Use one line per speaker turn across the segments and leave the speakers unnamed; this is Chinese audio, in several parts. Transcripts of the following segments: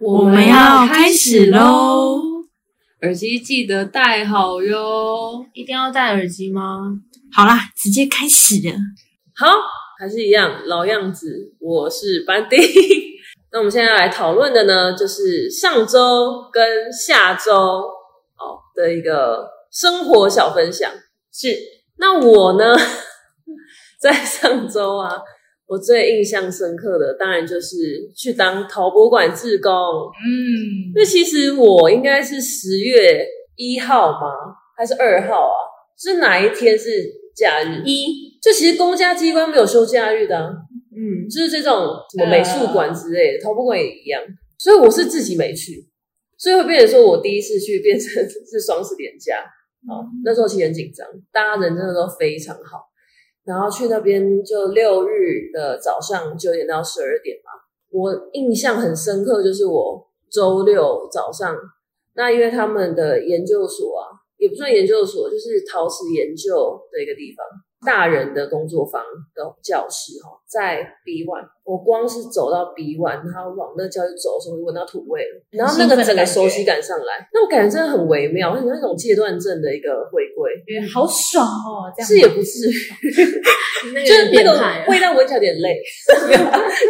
我们要开始喽！
耳机记得戴好哟。
一定要戴耳机吗？
好啦，直接开始了。
好，还是一样老样子，我是班丁。 那我们现在要来讨论的呢，就是上周跟下周哦的一个生活小分享。是，那我呢， 在上周啊，我最印象深刻的当然就是去当陶博馆志工。
嗯
那其实我应该是十月一号吗？还是二号啊？是哪一天是假日？一就其实公家机关没有休假日的、啊，
嗯，
就是这种什么美术馆之类的，陶博馆也一样。所以我是自己没去，所以会变成说我第一次去变成是双十连假。哦，那时候其实很紧张，大家人真的都非常好。然后去那边就六日的早上九点到十二点嘛，我印象很深刻，就是我周六早上，那因为他们的研究所啊，也不算研究所，就是陶瓷研究的一个地方，大人的工作坊的教室哦，在 B one，我光是走到 B one，然后往那教室走的时候，我就闻到土味了，然后那个整个熟悉感上来，那种感觉真的很微妙，很像那种戒断症的一个回归。
好爽哦！这样
是也不至于，
那
就是那
变态啊了
个味道闻起来有点 累，开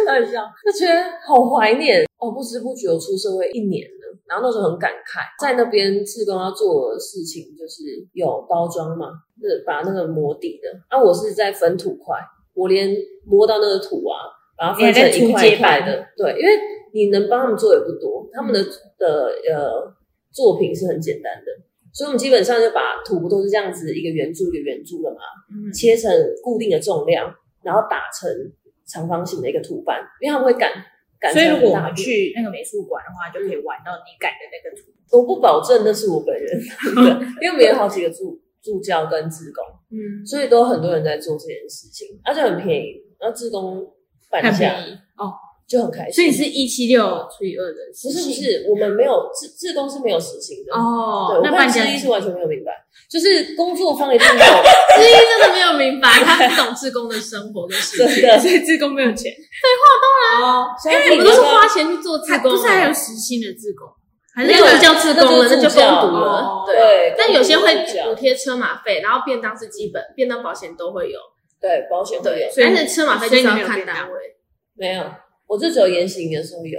玩笑，就觉得好怀念哦。不知不觉我出社会一年了，然后那时候很感慨，在那边志工要做的事情就是有包装嘛，就是把那个磨底的。啊，我是在分土块，我连摸到那个土啊，把它分成一块一块的，对，因为你能帮他们做也不多，他们
嗯
的的呃作品是很简单的。所以我们基本上就把图都是这样子一个圆柱一个圆柱的嘛，
嗯
切成固定的重量，然后打成长方形的一个图板，因为他们会擀擀
所
成
以如果我
大
们
片
去那个美术馆的话，就可以玩到你改的那个图。
我不保证那是我本人， 对，因为我们有好几个助助教跟职工，
嗯，
所以都很多人在做这件事情，而且很便宜，然后职工办一下
宜，哦
就很开心。
所以是一七六除以二的，
不是不是，我们没有志志工是没有实行的。对，
哦
我，
那
办
半
之
价
一是完全没有明白，就是工作 方一定有
之一真的没有明白，他不懂志工的生活的世
真的
界，所以志工没有钱，
哦，所以
因为你 们都是花钱去做志工，
不是还有实薪的自贡？
还是那个叫志工了，那
那就
就是攻
助教
读
哦
了，
对，
但有些会
工作助
补
教
贴车马费，然后便当是基本，便当保险都会有。
对保险会有
对，
所以
但是车马费就是要看单位。
没有，我就只有研行的时候有，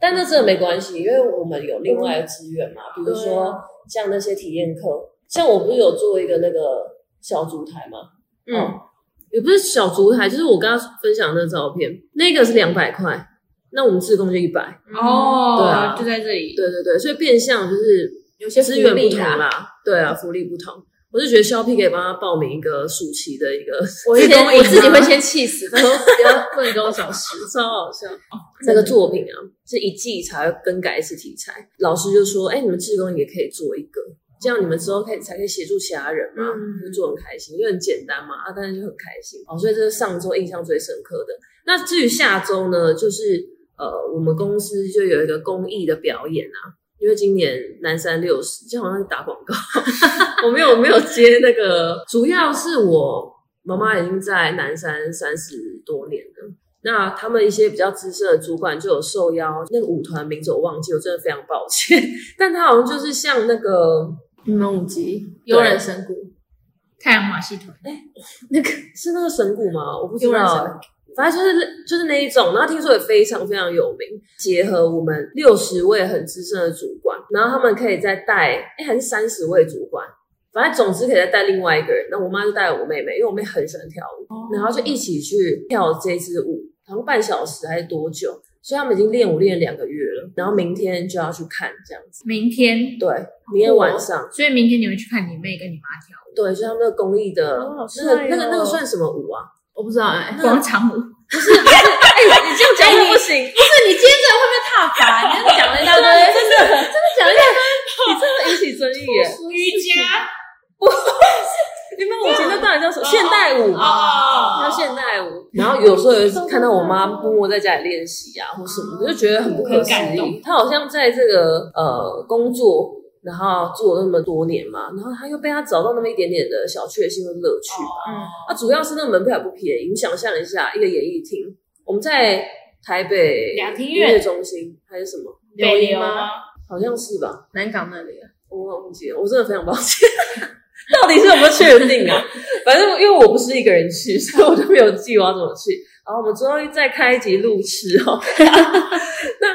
但那真的没关系，因为我们有另外的资源嘛，比如
对
说
啊
像那些体验课，像我不是有做一个那个小烛台嘛，
嗯，
哦
也不是小烛台，就是我刚刚分享的那照片，那个是两百块，那我们自贡就一百，
嗯
哦
哦
对啊
就在这里。
对对对，所以变相就是
有些
资源不同
啦。
啦，对啊，福利不同。我就觉得肖 P 可以帮他报名一个暑期的 一个，
我
自
先
贡
我自己
营吗
会先气 死，他说不要不能跟我小时。
超好笑。这个作品啊，是一季才会更改一次题材。老师就说：“哎、你们志工也可以做一个，这样你们之后可以才可以协助其他人嘛。
嗯
就做很开心，因为很简单嘛，啊，但是就很开心哦。所以这是上周印象最深刻的。那至于下周呢，就是呃，我们公司就有一个公益的表演啊。因为今年南山六十，就好像是打广告， 我没有没有接那个，主要是我妈妈已经在南山三十多年了，那他们一些比较资深的主管就有受邀那个舞团名字我忘记，我真的非常抱歉。 但他好像就是像那个
你们五 级悠然神谷，
太阳马戏团，
那个是那个神谷吗？我不知
幽兰
道欸
神。
反正就是就是那一种，然后听说也非常非常有名，结合我们六十位很资深的主管，然后他们可以再带，哎、还是三十位主管，反正总之可以再带另外一个人。那我妈就带我妹妹，因为我妹很喜欢跳舞，
哦
然后就一起去跳这支舞，好像半小时还是多久？所以他们已经练舞练了两个月了，然后明天就要去看这样子。
明天，
对，明天晚上，
所以明天你们去看你妹跟你妈跳 舞，
对，就他们那个公益的、
哦好
那个
帅
那个那个
哦
算什么舞啊？
我不知道哎，
广场舞。
你这样讲我不行，
是你接着会被踏伐，你讲了一大堆，
啊
真 的真的讲了一大
你真的引起争议耶！
堆瑜伽
你们以前那到底叫什么？现代舞，叫
哦，
现代舞。然后有时候有一次看到我妈默默在家里练习啊，或什么，我就觉得很不可思
很感
议。
动
她好像在这个呃工作，然后做了那么多年嘛，然后她又被她找到那么一点点的小确幸和乐趣吧。
嗯，
啊，主要是那个门票也不便宜。你想象一下，一个演艺厅，我们在台北
两厅
音
院
乐中心还是什么？
柳
北
营
流
吗？
吗？
好像是吧？
南港那里啊，
我忘记了，我真的非常抱歉。 到底是有没有确定啊？反正因为我不是一个人去，所以我就没有计划怎么去。然后我们终于再开一集路痴哦。 那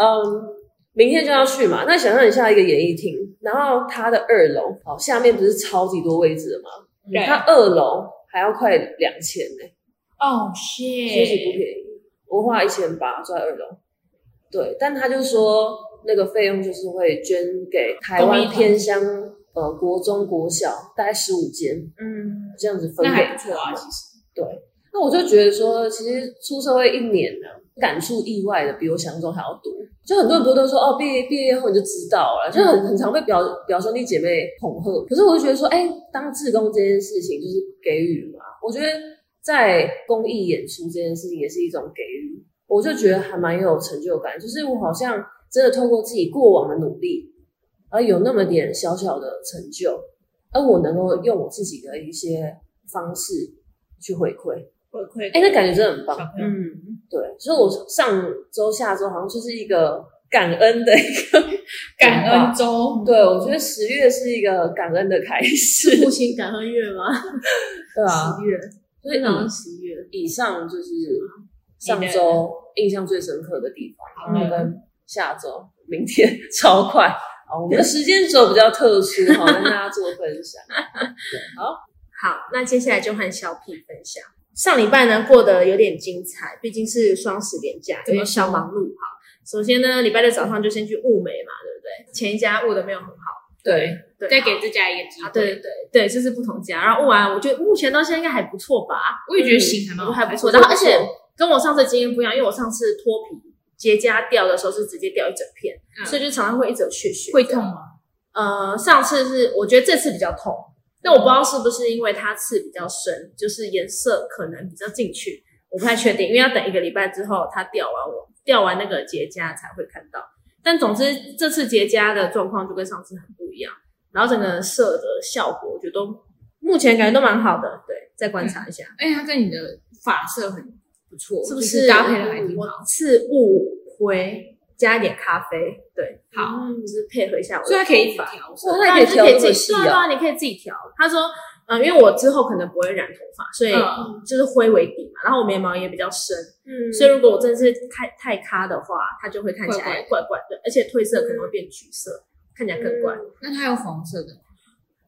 嗯，明天就要去嘛。那想象一下一个演艺厅，然后它的二楼，好下面不是超级多位置的吗？
对
它二楼还要快两千呢。
哦，
确实
谢，
不便宜，我花一千八在二楼。对，但他就说那个费用就是会捐给台
公益
湾
团
偏乡呃国中国小，大概十五间
嗯，
这样子分
那
给
还不错啊，
他们
其实。
对，那我就觉得说，其实出社会一年呢、感触意外的比我想象中还要多。就很多人不都说哦，毕业毕业后你就知道了，就很很常被表表兄弟姐妹恐吓。可是我就觉得说，哎、当志工这件事情就是给予嘛，我觉得在公益演出这件事情也是一种给予，我就觉得还蛮有成就感，就是我好像真的透过自己过往的努力，而有那么点小小的成就，而我能够用我自己的一些方式去回馈，
回馈
哎、那感觉真的很
小
棒。
朋友
嗯，
对，所以我上周、下周好像就是一个感恩的 一个
感恩周，
对，我觉得十月是一个感恩的开始。
复兴感恩月吗？
对啊，
十月，
所以
非常
嗯
以
十月，
以上就是上周印象最深刻的地方，然后跟下周、明天超快啊！我们的时间轴比较特殊，好跟大家做分享。对，好，
好，那接下来就换小 P 分享。上礼拜呢过得有点精彩，毕竟是双十连假，有
怎么
点小忙碌哈。首先呢，礼拜六早上就先去雾眉嘛，对不对？前一家雾的没有很好，
对，
对，
再给自家一个机
啊，
会。
对对，对对，就是不同家。然后雾完，我觉得目前到现在应该还不错吧，嗯
我也觉得行，还蛮
我
好
还
看
不错。然后而且跟我上次经验不一样，因为我上次脱皮结痂掉的时候是直接掉一整片，
嗯
所以就常常会一直有血血。
会痛吗？
呃，上次是我觉得这次比较痛，但我不知道是不是因为它刺比较深，就是颜色可能比较进去，我不太确定，因为要等一个礼拜之后它掉完我掉完那个结痂才会看到。但总之这次结痂的状况就跟上次很不一样，然后整个色的效果我觉得都目前感觉都蛮好的，对，再观察一下。
哎，它跟你的发色很不错，
是不
就是
是
搭配的还挺
我
好？
是雾灰加一点咖啡，对，
好
嗯就是配合一下我的
所以它可以一直
头发
调
哇
色。
那
当
你
然
可以
是
调
可
那
以
么
自
细
己，
啊
对啊，你可以自己调。他说，嗯，因为我之后可能不会染头发，所以
嗯
就是灰为底嘛，然后我眉毛也比较深，
嗯
所以如果我真的是太太咖的话，它就会看起
怪怪
来怪怪的，而且褪色可能会变橘色，看起来更怪。
嗯
那它有黄色的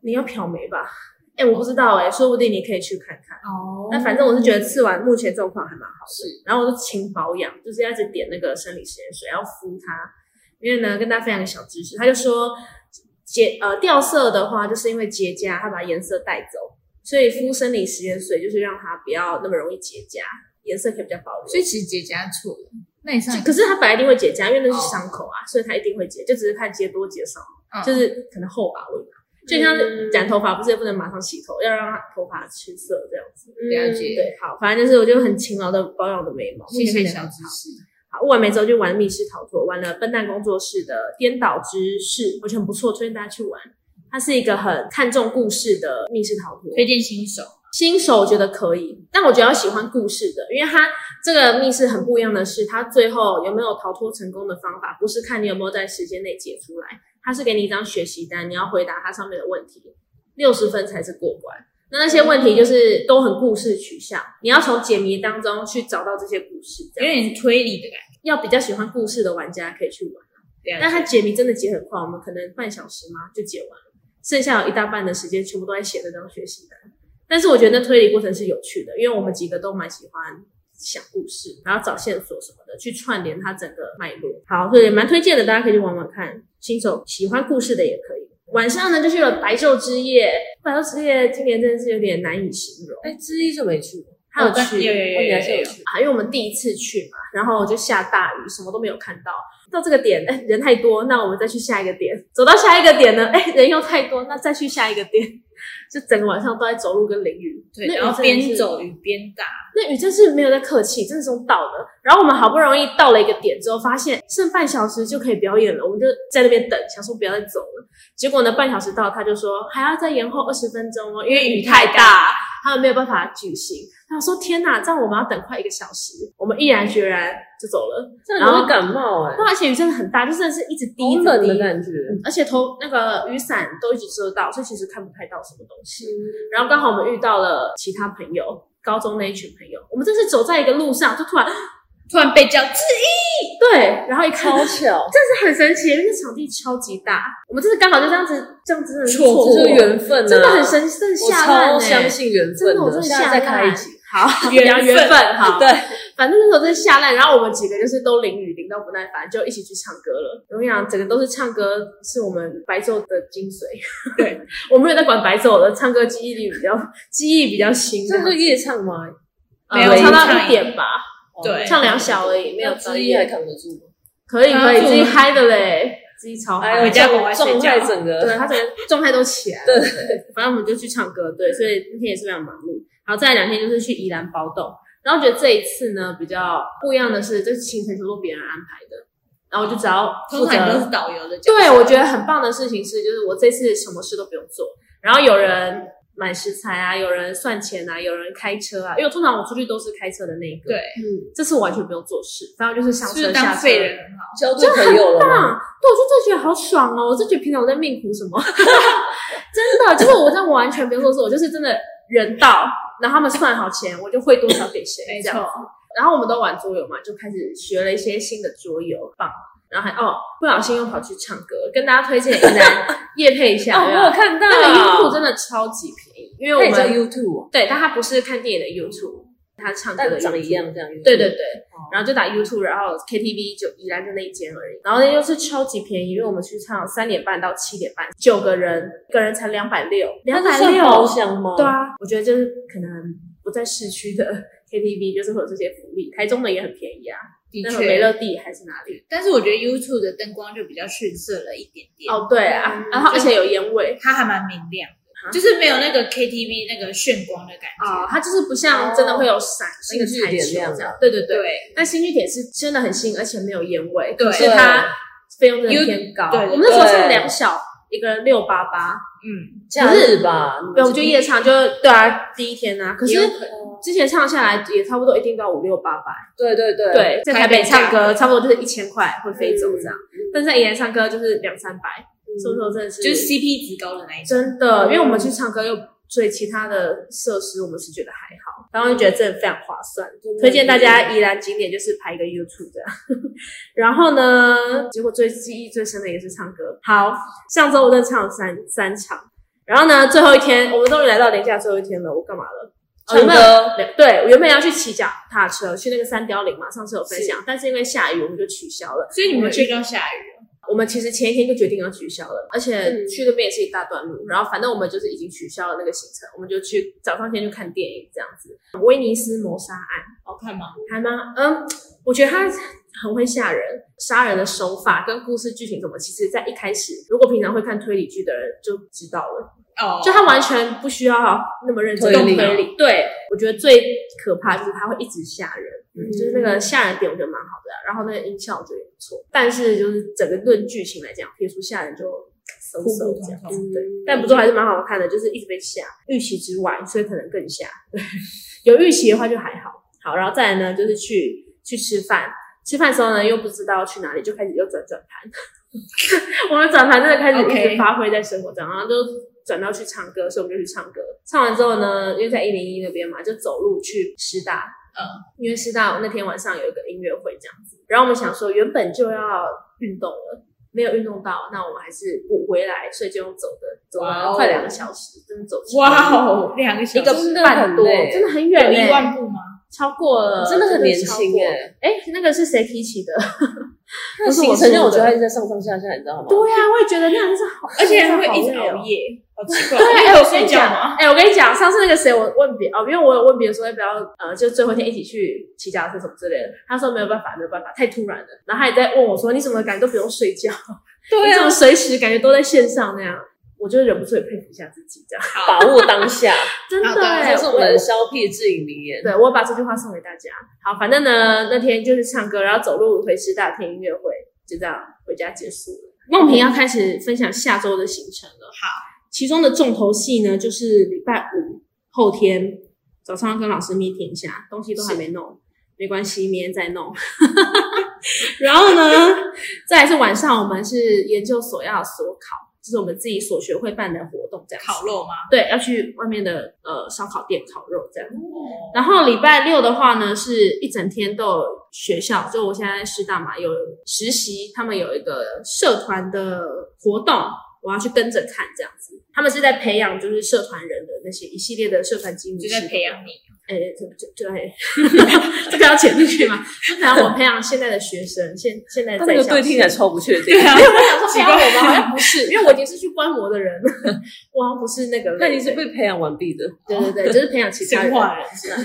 你要漂眉吧？哎，我不知道哎，说不定你可以去看看。
哦
那反正我是觉得刺完目前状况还蛮好的。
是
然后我就勤保养，就是要一直点那个生理食盐水，要敷它。因为呢，跟大家分享个小知识，他就说结呃掉色的话，就是因为结痂，它把颜色带走，所以敷生理食盐水就是让它不要那么容易结痂，颜色可以比较保留。
所以其实结痂错了。那你上
就可是它本来一定会结痂，因为那
哦
是伤口啊，所以它一定会结，就只是看结多结少，
嗯
就是可能后把位吧。就像
嗯
染头发，不是也不能马上洗头，要让它头发去色这样子。
了
嗯
解
对，好，反正就是我就很勤劳的保养我的眉毛，
谢
目
谢
前
小知识，
好，玩完之后就玩密室逃脱，玩了笨蛋工作室的颠倒之势，我觉得很不错，推荐大家去玩。它是一个很看重故事的密室逃脱，
推荐新手。
新手我觉得可以，但我觉得要喜欢故事的，因为它这个密室很不一样的是，它最后有没有逃脱成功的方法，不是看你有没有在时间内解出来，它是给你一张学习单，你要回答它上面的问题，六十分才是过关。那那些问题就是都很故事取向，你要从解谜当中去找到这些故事，这样
有点推理的感
要比较喜欢故事的玩家可以去玩，
觉。
但它解谜真的解很快，我们可能半小时嘛就解完了，剩下有一大半的时间全部都在写那张学习单。但是我觉得那推理过程是有趣的，因为我们几个都蛮喜欢想故事，然后找线索什么的去串联它整个脉络。好，所以蛮推荐的，大家可以去玩玩看。新手喜欢故事的也可以。晚上呢就去了白昼之夜，白昼之夜今年真的是有点难以形容。
哎，之一就没去过，
还有
哦但
去，
有有有
哦你还是
有
有
有
去，
啊，因为我们第一次去嘛，然后就下大雨，什么都没有看到。到这个点，哎，人太多，那我们再去下一个点。走到下一个点呢，哎，人又太多，那再去下一个点。 就整个晚上都在走路跟淋雨，那
对，
雨
然后
真的
边
是
走雨边打，
那雨真是没有在客气，真的是用倒的。然后我们好不容易到了一个点之后，发现剩半小时就可以表演了，我们就在那边等，想说不要再走了。结果呢，半小时到，他就说还要再延后二十分钟哦，因为雨太大。他们没有办法举行。然后说天哪，这样我们要等快一个小时，我们毅然决然就走了。
这样你会感冒哎、
那而且雨真的很大，就真的是一直滴，一
好
直
冷
滴
的感觉。
嗯而且头那个雨伞都一直遮到，所以其实看不太到什么东西。
嗯
然后刚好我们遇到了其他朋友，高中那一群朋友，我们真是走在一个路上，就突然
突然被叫自
对，然后一看，
超巧，
真的很神奇，那个场地超级大，我们真是刚好就这样子，这样子真的是
错
过，
就是缘分、啊，
真的很神奇，真的
我
下烂、欸、
超相 信缘
真
分
的，我真的
下
下
次再开一集。
好，
缘
聊
分
缘分好，
对，
反正那时候真的下烂，然后我们几个就是都淋雨淋到不耐烦，就一起去唱歌了。我跟你讲，整个都是唱歌，是我们白昼的精髓。
对，
我没有在管白昼的，唱歌记忆力比较记忆比较新
这
的，
是夜唱吗？哦
呃
没
有
唱到
唱
一点吧，
对
唱两小而已，没有
那
到
之
一
一还
点
扛得住吗？
可以可以
啊
自己嗨的嘞，自己超嗨。
哎，
回
我
家赶
状
快睡
状
觉
态整个
对他整个状态都起来了。
对
反正我们就去唱歌，对，所以那天也是非常忙碌。然后再来两天就是去宜兰包栋，然后我觉得这一次呢比较不一样的是，这行程全都别人安排的，然后我就只要负
哦通常你都
责。
是导游的角色，
对，我觉得很棒的事情是，就是我这次什么事都不用做，然后有人买食材啊，有人算钱啊，有人开车啊，因为通常我出去都是开车的那一个，
对，
这次我完全不用做事，反正就是上
就
车
是
下
当
车。
废人很好。
交对朋友了吗？
啊，对，我就真的觉得好爽哦！我就觉得平常我在命苦什么， 真的就是我在完全不用做事，我就是真的人到，然后他们算好钱，我就汇多少给谁，
没
这
错
样。然后我们都玩桌游嘛，就开始学了一些新的桌游棒，然后还哦，不小心又跑去唱歌，跟大家推荐一南夜配一下，
哦，我有看到
那个 YouTube 真的超级便宜，因为我
它也叫
们
YouTube，哦
对，但它不是看电影的 YouTube，它唱歌的
但
YouTube
长一样这样。YouTube
对对，对，
哦
然后就打 YouTube，然后 KTV 就宜兰就那一间而已。然后那又是超级便宜，因为我们去唱三点半到七点半，九个人，一个人才两百六，两
它
百
是算包
六，
厢吗？
对啊，我觉得就是可能不在市区的 KTV 就是会有这些福利，台中的也很便宜啊，
的
那种美
确，
乐地还是哪里？
但是我觉得 YouTube 的灯光就比较逊色了一点点，
哦，对啊
嗯，
然后而且有烟味。
它还蛮明亮
啊
的，就是没有那个 KTV 那个炫光的感
哦
觉。，
它就是不像真的会有闪那个
星聚
彩
点
球
亮
这样，对对对。
对，
但新据点是真的很新，而且没有烟味，
对
可是它费用真的
You-
偏高。
对对
我们那时候
对
是两小，一个人六八八，
嗯，
假日吧，
对，我们就夜唱，就对啊，第一天啊。可是
也有可能
之前唱下来也差不多一定到五六八百，
对对对，
对，在台北唱
台
歌差不多就是一千块会飞走
嗯
这样，但是在宜兰唱歌就是两三百，所以说真的是
就是 CP 值高的那一种。
真的，因为我们去唱歌又。所以其他的设施我们是觉得还好，然后就觉得真的非常划算，
真的
推荐大家宜兰景点就是排一个 YouTube 这样。然后呢，结果最记忆最深的也是唱歌。好，上周我真的唱了三三场，然后呢，最后一天我们终于来到连假最后一天了，我干嘛了？哦
唱
有没有
啊
歌，
对对，我原本要去骑脚踏车去那个三貂岭嘛，上次有分享，但是因为下雨，我们就取消了。
所以你们去到下雨，
我们其实前一天就决定要取消了，而且
嗯
去那边也是一大段路，然后反正我们就是已经取消了那个行程，我们就去早上先去看电影这样子。威尼斯谋杀案
好看吗？
还蛮嗯，我觉得他很会吓人，杀人的手法跟故事剧情怎么，其实在一开始如果平常会看推理剧的人就知道了。
哦，
就他完全不需要那么认真
推理
推理。对，我觉得最可怕就是他会一直吓人，
嗯
就是那个吓人点我觉得蛮好的啊、然后那个音效我觉得也不错，但是就是整个论剧情来讲，撇除吓人就嗖
普
嗖
普
这
通
样。嗯
通。
对，
嗯
但不过还是蛮好看的，就是一直被吓，预期之外，所以可能更吓。对， 有预期的话就还好。好，然后再来呢，就是去去吃饭。吃饭的时候呢，又不知道去哪里，就开始又转转盘。 我们转盘真的开始一
OK
直发挥在生活上然后就转到去唱歌，所以我们就去唱歌。唱完之后呢，因为在一零一那边嘛，就走路去师大。
嗯，
因为师大那天晚上有一个音乐会这样子，然后我们想说原本就要运动了，没有运动到，那我们还是补回来，所以就用走的，走
哇
了
哦
快两个小时，真的走起来
哇哦，两个小
一个
时，
半多，真的很远
有
欸
一万步吗？
超过了，
真的很年
超
轻
过
哎。
哎、那个是谁提起的？
那个行程让我觉得他一直在上上下下，你知道吗？
对呀、我也觉得那样就是好，
而且还会一直
好累哦
熬夜，好奇怪。
对，哎、
有
我跟
睡
你
觉
讲
吗？，
哎、我跟你讲，上次那个谁，我问别哦，因为我有问别人说要不要，呃，就最后一天一起去骑脚踏车什么之类的，他说没有办法，没有办法，太突然了。然后他也在问我说，你怎么感觉都不用睡 觉，
对
你怎
啊
么，随时感觉都在线上那样？我就忍不住也佩服一下自己，这样
把握当 下，
真
好的
的哎、
这是我们的消屁智影名言。
对，啊我把这句话送给大家。好，反正呢，那天就是唱歌，然后走路回师大听音乐会，就这样回家结束了。梦萍要开始分享下周的行程了。
好，
其中的重头戏呢，就是礼拜五后天早上要跟老师 meeting 一下，东西都还没弄，没关系，明天再弄。 然后呢，再来是晚上我们是研究所要所考，就是我们自己所学会办的活动这样子。
烤肉吗？
对，要去外面的呃烧烤店烤肉这样。然后礼拜六的话呢，是一整天都有学校，就我现在在师大嘛，有实习，他们有一个社团的活动，我要去跟着看这样子。他们是在培养就是社团人的那些一系列的社团经理，
就在培养你，
哎，这这这哎， 这个要剪进去吗？就培养我培养现在的学生，现现在
他
在
那个
校
对听起
生
来超不确定。
没有，我想说培养我
奇
吗？
怪
好像不是，因为我已经是去观摩的人了，我好像不是那个类 的。
那你是被培养完毕的，
对对对，就是培养其 他
神
人。
话人是吧？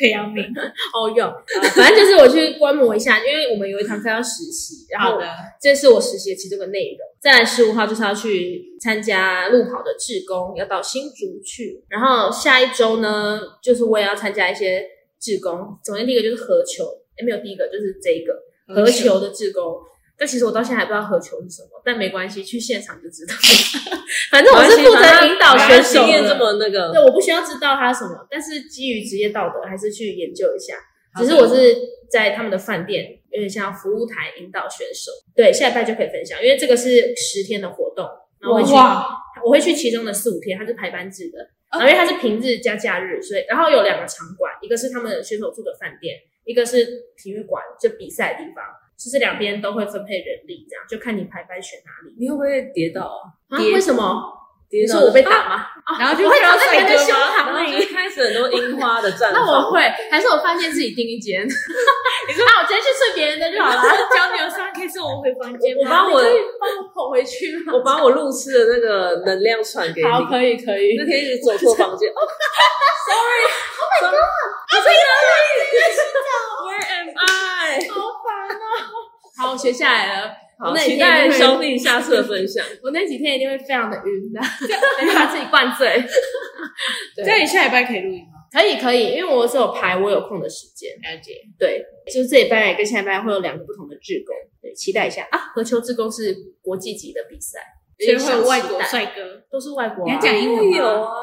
培养你，
哦，有，呃反正就是我去观摩一下，因为我们有一堂课要实习，然
好
后
的，
这是我实习的其中的内容。再来十五号就是要去参加路跑的志工，要到新竹去。然后下一周呢，就是我也要参加一些志工。首先第一个就是合球，诶没有第一个就是这一个合球的志工。但其实我到现在还不知道合球是什么，但没关系，去现场就知道。反正我是负责引导选手
经验
的
这么那
嗯
个，
对，我不需要知道它什么，但是基于职业道德，还是去研究一下。只是我是在他们的饭店，有点像服务台引导选手。对，下礼拜就可以分享，因为这个是十天的活动，然后我会去，
哇，
我会去其中的四五天，它是排班制的，
哦
然后因为它是平日加假日，所以然后有两个场馆，一个是他们选手住的饭店，一个是体育馆，就比赛的地方，就是两边都会分配人力，这样就看你排班选哪里。
你会不会跌倒啊？
啊？
叠
为什么？
跌
你
倒
说我被打
啊
吗？啊
然后就
我会
看到
躺在别人的
帅
胸
哥吗
膛
然后
里。
就开始很多樱花的绽放。
那我会，还是我发现自己订 一间？你说，那我直接去睡别人的就好了。
交流上可以送我回房间
我
吗？
把我
你可以帮我捧回去吗？
我把我路痴的那个能量传给你。
好，可以可以
那，天一直走错房间。哦 Sorry，Oh my God！我真的 Where am I？
好烦哦。好，我学下来了。
好，
那
期
你那
待
天会
兄弟下次的分享。
我那几天一定会非常的晕的， 等下把自己灌醉。对
那你下礼拜可以录音吗？
可以可以，因为我是有排我有空的时间。
了解，
对，就是这一班跟下一班会有两个不同的志工，对，期待一下啊。合球志工是国际级的比赛，
所以会有外国
有点小期待
帅哥，
都是外国、啊。
你还讲英文吗
有啊，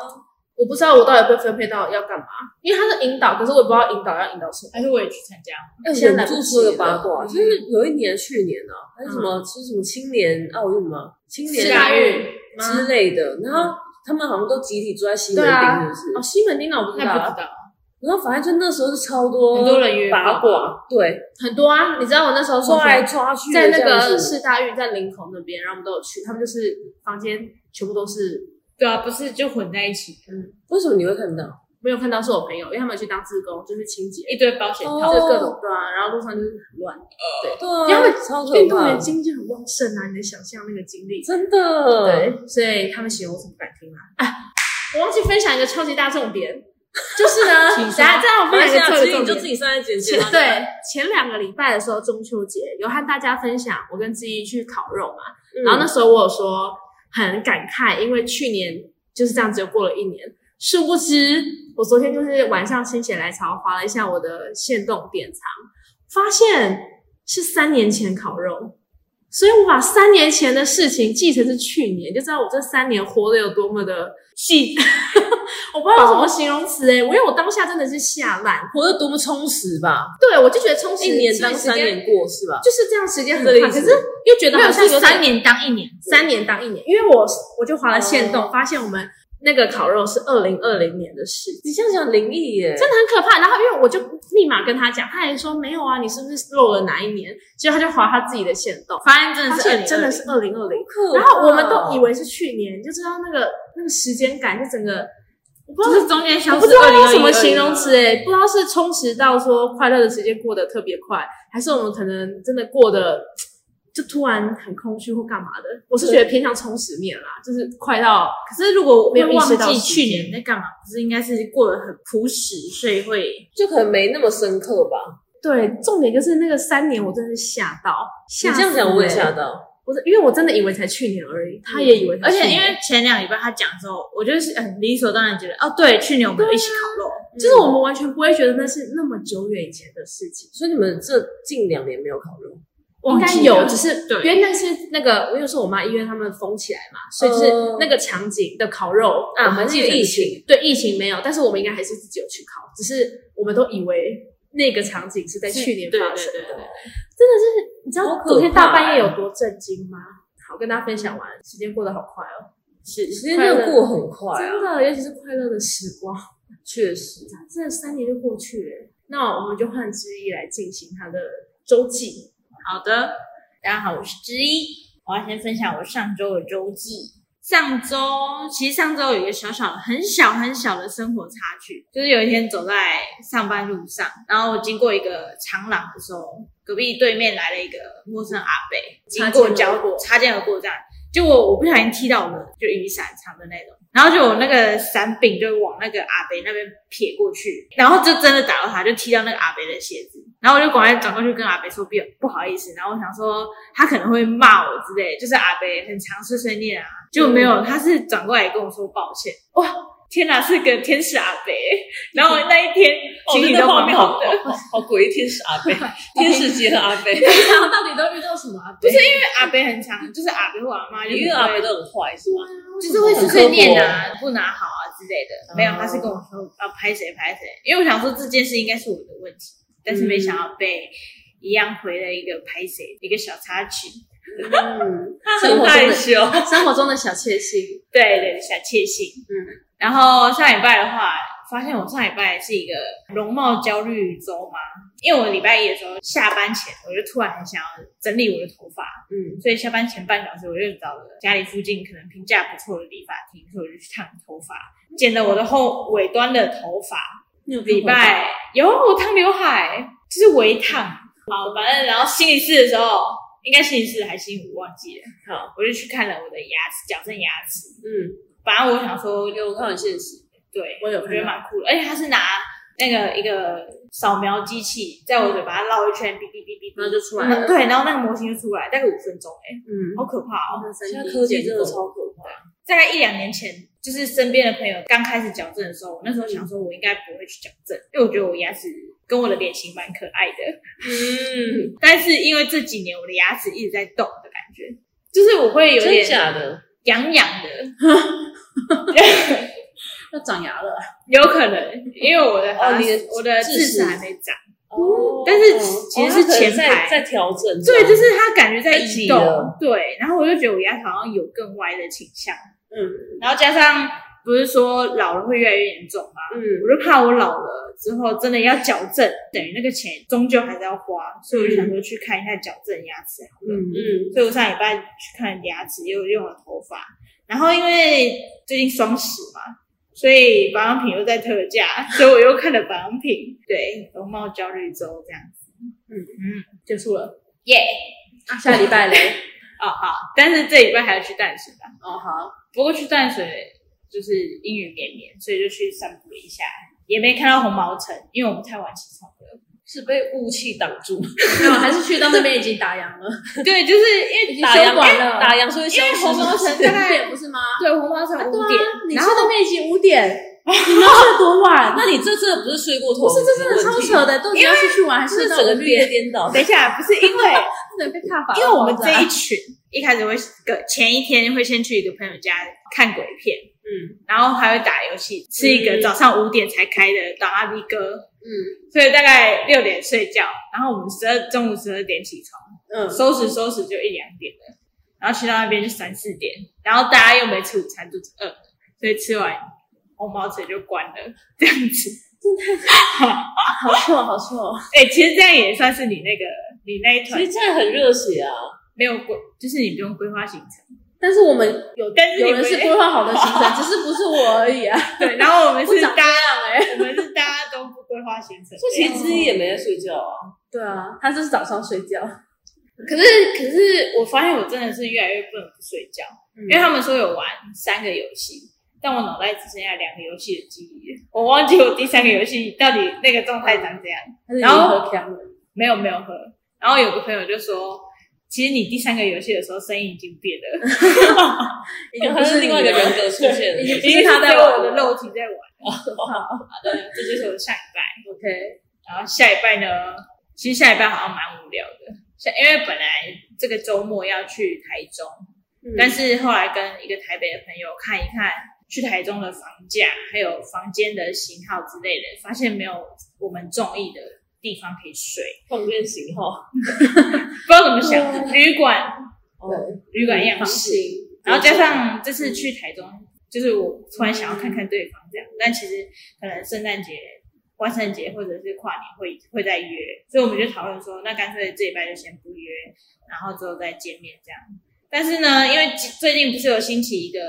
我不知道我到底被分配到要干嘛，因为他是引导，可是我也不知道引导要引导什么。
还是我也去参加？
哎，
现在来
忍
不
住
及
说个
了
八卦，就是有一年，去年呢，还是什么，是什么青年啊奥运吗？青年
是嗯啊
奥
大
运
运吗
之类的，然后他们好像都集体住在西门
对啊
町，是不
哦，
是？
西门町的我不知道，
那不知道，
然后反正就那时候是超多
很多人约
八
炮
卦，对，
很多啊。你知道我那时候从
抓来抓去
在
的这
那
样
个
子，
市大运，在林口那边，然后我们都有去，他们就是房间全部都是
对啊，不是就混在一起，
为什么你会看到？
没有看到是我朋友，因为他们去当志工，就是清洁，
一堆保险
哦
套，
就各种对啊，然后路上就是很乱，哎
对
因
啊，
为他
超可
运动
怕
员，精力就很旺盛啊，你能想象那个精力？
真的，，
对，所以他们形容我怎么敢听啊？啊，我忘记分享一个超级大重点，就是 呢，
请
等
说
下再让我
没
分
关系
享一个
啊，
超
其
级
实
重
你就
点
自。己上来啊剪辑
前
嘛，
对前两个礼拜的时候，中秋节有和大家分享我跟志毅去烤肉嘛，
嗯
然后那时候我有说很感慨，因为去年就是这样子又过了一年，殊不知我昨天就是晚上心血来潮划了一下我的限动典藏，发现是三年前烤肉。所以我把三年前的事情记成是去年，就知道我这三年活得有多么的细。 我不知道有什么形容词哎、我因为我当下真的是吓烂，
活得多么充实吧，
对，我就觉得充实
一年
是
当
时
三
间
年过是吧？
就是这样，时间很
这个
快，
意
可
思
是又觉得好像有点
三年当一年，
三年当一年，因为我我就划了线动，
哦
发现我们那个烤肉是二零二零年的事，
你这样讲灵异耶，
真的很可怕。然后因为我就立马跟他讲，他还说没有啊，你是不是漏了哪一年？结果他就划他自己的线动，
发现真
发
的是
现
2020
真的是二零二零。
可
然后我们都以
为
为是去年，你就知道那个那个时间感是整个，我不知道
就是中间消
我
失，
不知道用什么
2021
形容词哎、不知道是充实到说快乐的时间过得特别快，还是我们可能真的过得就突然很空虚或干嘛的。我是觉得偏向充实面啦，就是快到
可是如果我
没有
会忘
意识到
记
时
去
间
年在干嘛，不是应该是过得很朴实，所以会
就可能没那么深刻吧。
对，重点就是那个三年，我真的是吓到，吓
你这样讲
死
我也
欸
吓，到，
我是因为我真的以为才去年而已，他也以为
嗯
才
而
去年，
且因为前两礼拜他讲的时候，我就是很理所当然觉得，哦，对，去年我们有一起烤肉，
就是我们完全不会觉得那是那么久远以前的事情。
所以你们这近两年没有烤肉，
应
忘
该
记
有，
了
只是
对
因为那是那个，因为是我妈医院他们封起来嘛，所以就是
哦
那个场景的烤肉，
啊
我们记得
还是疫情，
对疫情没有，但是我们应该还是自己有去烤，只是我们都以为那个场景是在去年
对
发
对
生
对
的，
对对，
真的是你知
好
道
可怕
昨天大半夜有多震惊吗？好，跟大家分享完，时间过得好快哦，
是
时间真的过很快啊，
真的，尤其是快乐的时光，
确实，
真的三年就过去了。那我们就换之一来进行他的周记，
好的，大家好，我是之一，我要先分享我上周的周记。上周其实上周有一个小小的、很小很小的生活插曲，就是有一天走在上班路上，然后我经过一个长廊的时候，隔壁对面来了一个陌生阿伯，经过
擦肩而
交
过
擦肩而过这样，结果我不小心踢到我的就雨伞长的那种，然后就我那个伞柄就往那个阿北那边撇过去，然后就真的打到他，就踢到那个阿北的鞋子，然后我就赶快转过去跟阿北说不不好意思，然后我想说他可能会骂我之类，就是阿北很常碎碎念啊，就没
嗯
有，他是转过来跟我说抱歉，哇。天哪，是个天使阿北！然后那一天心
哦
里
哦那
都蛮
个画面好
好的，
好好鬼天使 阿贝，天使级的阿贝，
平常到底都遇到什么啊？不是
因为阿北很常，就是阿北或阿妈，
一个阿贝都很坏是吗？
就是会碎碎念啊，不拿好啊之类的。
哦
没有，他是跟我说要拍谁拍谁，因为我想说这件事应该是我的问题，但是没想
嗯
到被一样回了一个拍谁一个小插曲。
嗯，
他
生
很
活中
害
的
羞，
生活中的小确幸，
对对，小窃喜。
嗯，
然后上礼拜的话，发现我上礼拜是一个容貌焦虑周嘛，因为我礼拜一的时候下班前，我就突然很想要整理我的头发，
嗯，
所以下班前半小时，我就找了家里附近可能评价不错的理发厅，所以我就去烫头发，剪了我的后尾端的头发。
你有
礼拜有我烫刘海，就是微烫。好，反正然后星期四的时候，应该星期四还是星期五忘记了。
好，
我就去看了我的牙齿，矫正牙齿。
嗯，
反正我想说，
有看很现实，
对，
我有
我
看
觉得
到，
蛮酷的，而且他是拿那个一个扫描机器，在我嘴巴绕一圈，哔哔哔哔
然后
哔。
就出来
嗯
了，
对，然后那个模型就出来，大概五分钟、哎，
嗯，
好可怕哦！
现在科技真的超可怕。
大概一两年前，就是身边的朋友刚开始矫正的时候，我那时候想说，我应该不会去矫正，因为我觉得我牙齿跟我的脸型蛮可爱的。
嗯，
但是因为这几年我的牙齿一直在动的感觉，就是我会有
真
点
假的？
痒痒的，
要长牙了，
有可能因为我的
哦
牙
你的
齿我的智
智
齿
齿
还没长。
嗯
哦
但是其实是前排
哦他可能在在调整，
对，就是它感觉在
太
移
挤
动
了，
对，然后我就觉得我牙齿好像有更歪的倾向，
嗯
然后加上不是说老了会越来越严重吗？
嗯，
我就怕我老了之后真的要矫正，等于那个钱终究还是要花，所以我就想说去看一下矫正牙齿好了。
嗯
嗯，
所以我上礼拜去看牙齿，又用了头发，然后因为最近双十嘛，所以保养品又在特价，所以我又看了保养品。对，容貌焦虑周这样子，
结束了，
耶、
啊，下礼拜 嘞，
哦好，但是这礼拜还要去淡水吧？
哦好，
不过去淡水就是阴雨绵绵，所以就去散步了一下，也没看到红毛城，因为我们太晚起床了。
是被雾气挡住，
没有，还是去到那边已经打烊 了，
对，就是因为
打烊
完
了
打烊所以消
因为
失
红毛城大概
不是吗？
对红毛城
啊对
五点，
啊，你去
然后
那边已经五点，你们睡多 晚？
那你这真的不是睡过头？
不是，这真的超扯的，到底要是去玩还
这是
到
整个
五
跌
点，
颠倒。
等一下不是因为
不能被踏伐，
因为我们
啊
这一群一开始会个前一天会先去一个朋友家看鬼片，
嗯
然后还会打游戏，吃一个早上五点才开的倒阿力哥，
嗯
所以大概六点睡觉，然后我们十二中午十二点起床，
嗯，
收拾收拾就一两点了，然后去到那边就三四点，然后大家又没吃午餐，肚子饿，所以吃完红毛城就关了，这样子。
好臭好臭，
哎、其实这样也算是你那个你那一
哦其
团
实这样很热血啊！
没有规，就是你不用规划行程。
但是我们有
但是你
有人是规划好的行程，只是不是我而已啊。
对，然后我们
不
是
长
大
这
家，
样哎、
我们是大家都不规划行程。
所以其实之一也没在睡觉啊。
对啊，他就是早上睡觉，
可是可是我发现我真的是越来越不能不睡觉，
嗯
因为他们说有玩三个游戏，但我脑袋只剩下两个游戏的记忆了，我忘记我第三个游戏到底那个状态长怎样。
他是
然后
喝康了，
没有没有喝，然后有个朋友就说。其实你第三个游戏的时候，声音已经变了，
已
可能是另外一个人
人，
格出现
已经
了。
不是他在
只有
玩
我的
了
肉体在玩。好的，这就是我下礼拜。
OK，
然后下礼拜呢，其实下礼拜好像蛮无聊的，像因为本来这个周末要去台中，
嗯
但是后来跟一个台北的朋友看一看去台中的房价，还有房间的型号之类的，发现没有我们中意的地方可以睡，
房间型号，
不知道怎么想，旅馆
对，
旅馆样
房
式，
型
然后加上这次去台中，就是我突然想要看看对方这样，但其实可能圣诞节、万圣节或者是跨年会会再约，所以我们就讨论说，那干脆这礼拜就先不约，然后之后再见面这样。但是呢，因为最最近不是有兴起一个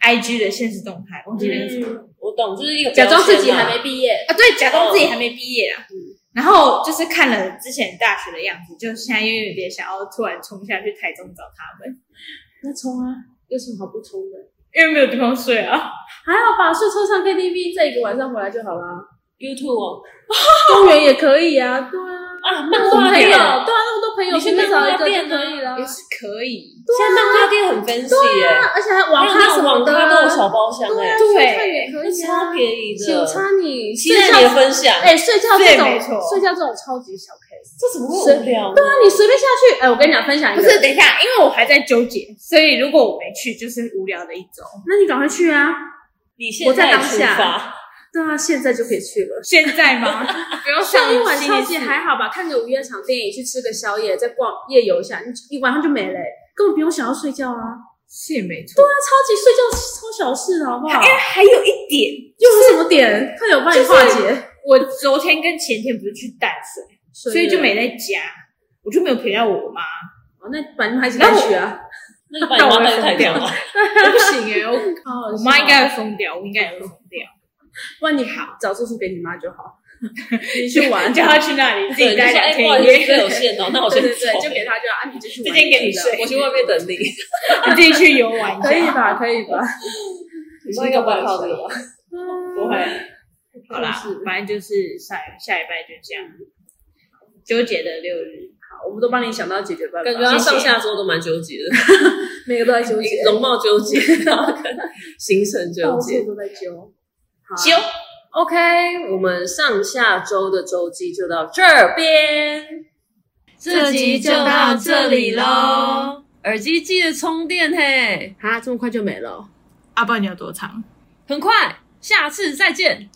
I G 的现实动态，忘记那
嗯
个什么、
我懂，就是一个
嗯假装自己
标签嘛
还没毕业，
啊，对，假装自己还没毕业啊。
嗯
然后就是看了之前大学的样子，就现在又有点想要突然冲下去台中找他们，
那冲啊，有什么好不冲的？
因为没有地方睡啊。
还好吧，睡车上 KTV 再一个晚上回来就好 啦。
YouTube 哦，
公园也可以啊，对啊，
啊，
那
漫
么多
画
朋友，对
店，
啊，那么多朋友，
你去
随便找一
漫画
个就
店啊
可以啦。
也是可以，
现在漫画店很分析耶，
啊，而且还
还
网
有
咖
那
什
种
么
网
的
咖
啊，
都有小包厢哎，
对
对
啊，也可
那
以
超
啊。
便宜
九
的，
差你
期
睡
待你的
觉，
分享，
哎，睡觉这
对
种
没错
睡觉这种超级小 case，
这怎么会无聊呢？
那你随便下去，哎，我跟你讲，分享一
不
个，
是，等一下，因为我还在纠结，所以如果我没去，就是无聊的一周。
那你赶快去啊。
你现在出发，
对啊，现在就可以去了。
现在 吗？不用上
上一晚超
星期
级
四
还好吧，看个午夜场电影，去吃个宵夜，再逛夜游一下，你一晚上就没了、欸根本不用想要睡觉啊。
是也没错
对。啊，超级睡觉超小事的好不好？
哎，还有一点，
又是什么点？快点我帮你化解，
我昨天跟前天不是去淡水，所以就没
了。
在家，我就没有陪到我 妈。
哦，那反正还是可以去啊。
那你把你妈带去台中 啊？
我不行哎，我
好
我妈应该会疯掉，我应该也会疯掉。
不然你好找住宿给你妈就好，你去 玩。
叫她去那里自
对，
己
你就
待
说
两
哎，
天
不好
一
意思，
夜，
有限哦，那我
对
先
对
走
对，，就给她就好啊，你就去玩。
这间给你
这样
睡，我去外面等 你。
你自己去游玩一
可以
下。
吧？可以吧？
你说应该不会靠这个吧？不会，
好啦
是，
反正就是下下礼拜就这样。纠结的六日，
好，我们都帮你想到解决办法。
感觉他上下周都蛮纠结的，
每个都在纠 结，
容貌纠结，然后跟行程纠
到
结
处。都在揪。好啊
修
OK，我们上下周的周记就到这边，
这集就到这里喽。
耳机记得充电嘿，
啊，这么快就没了哦。
阿爸你有多长？
很快，下次再见。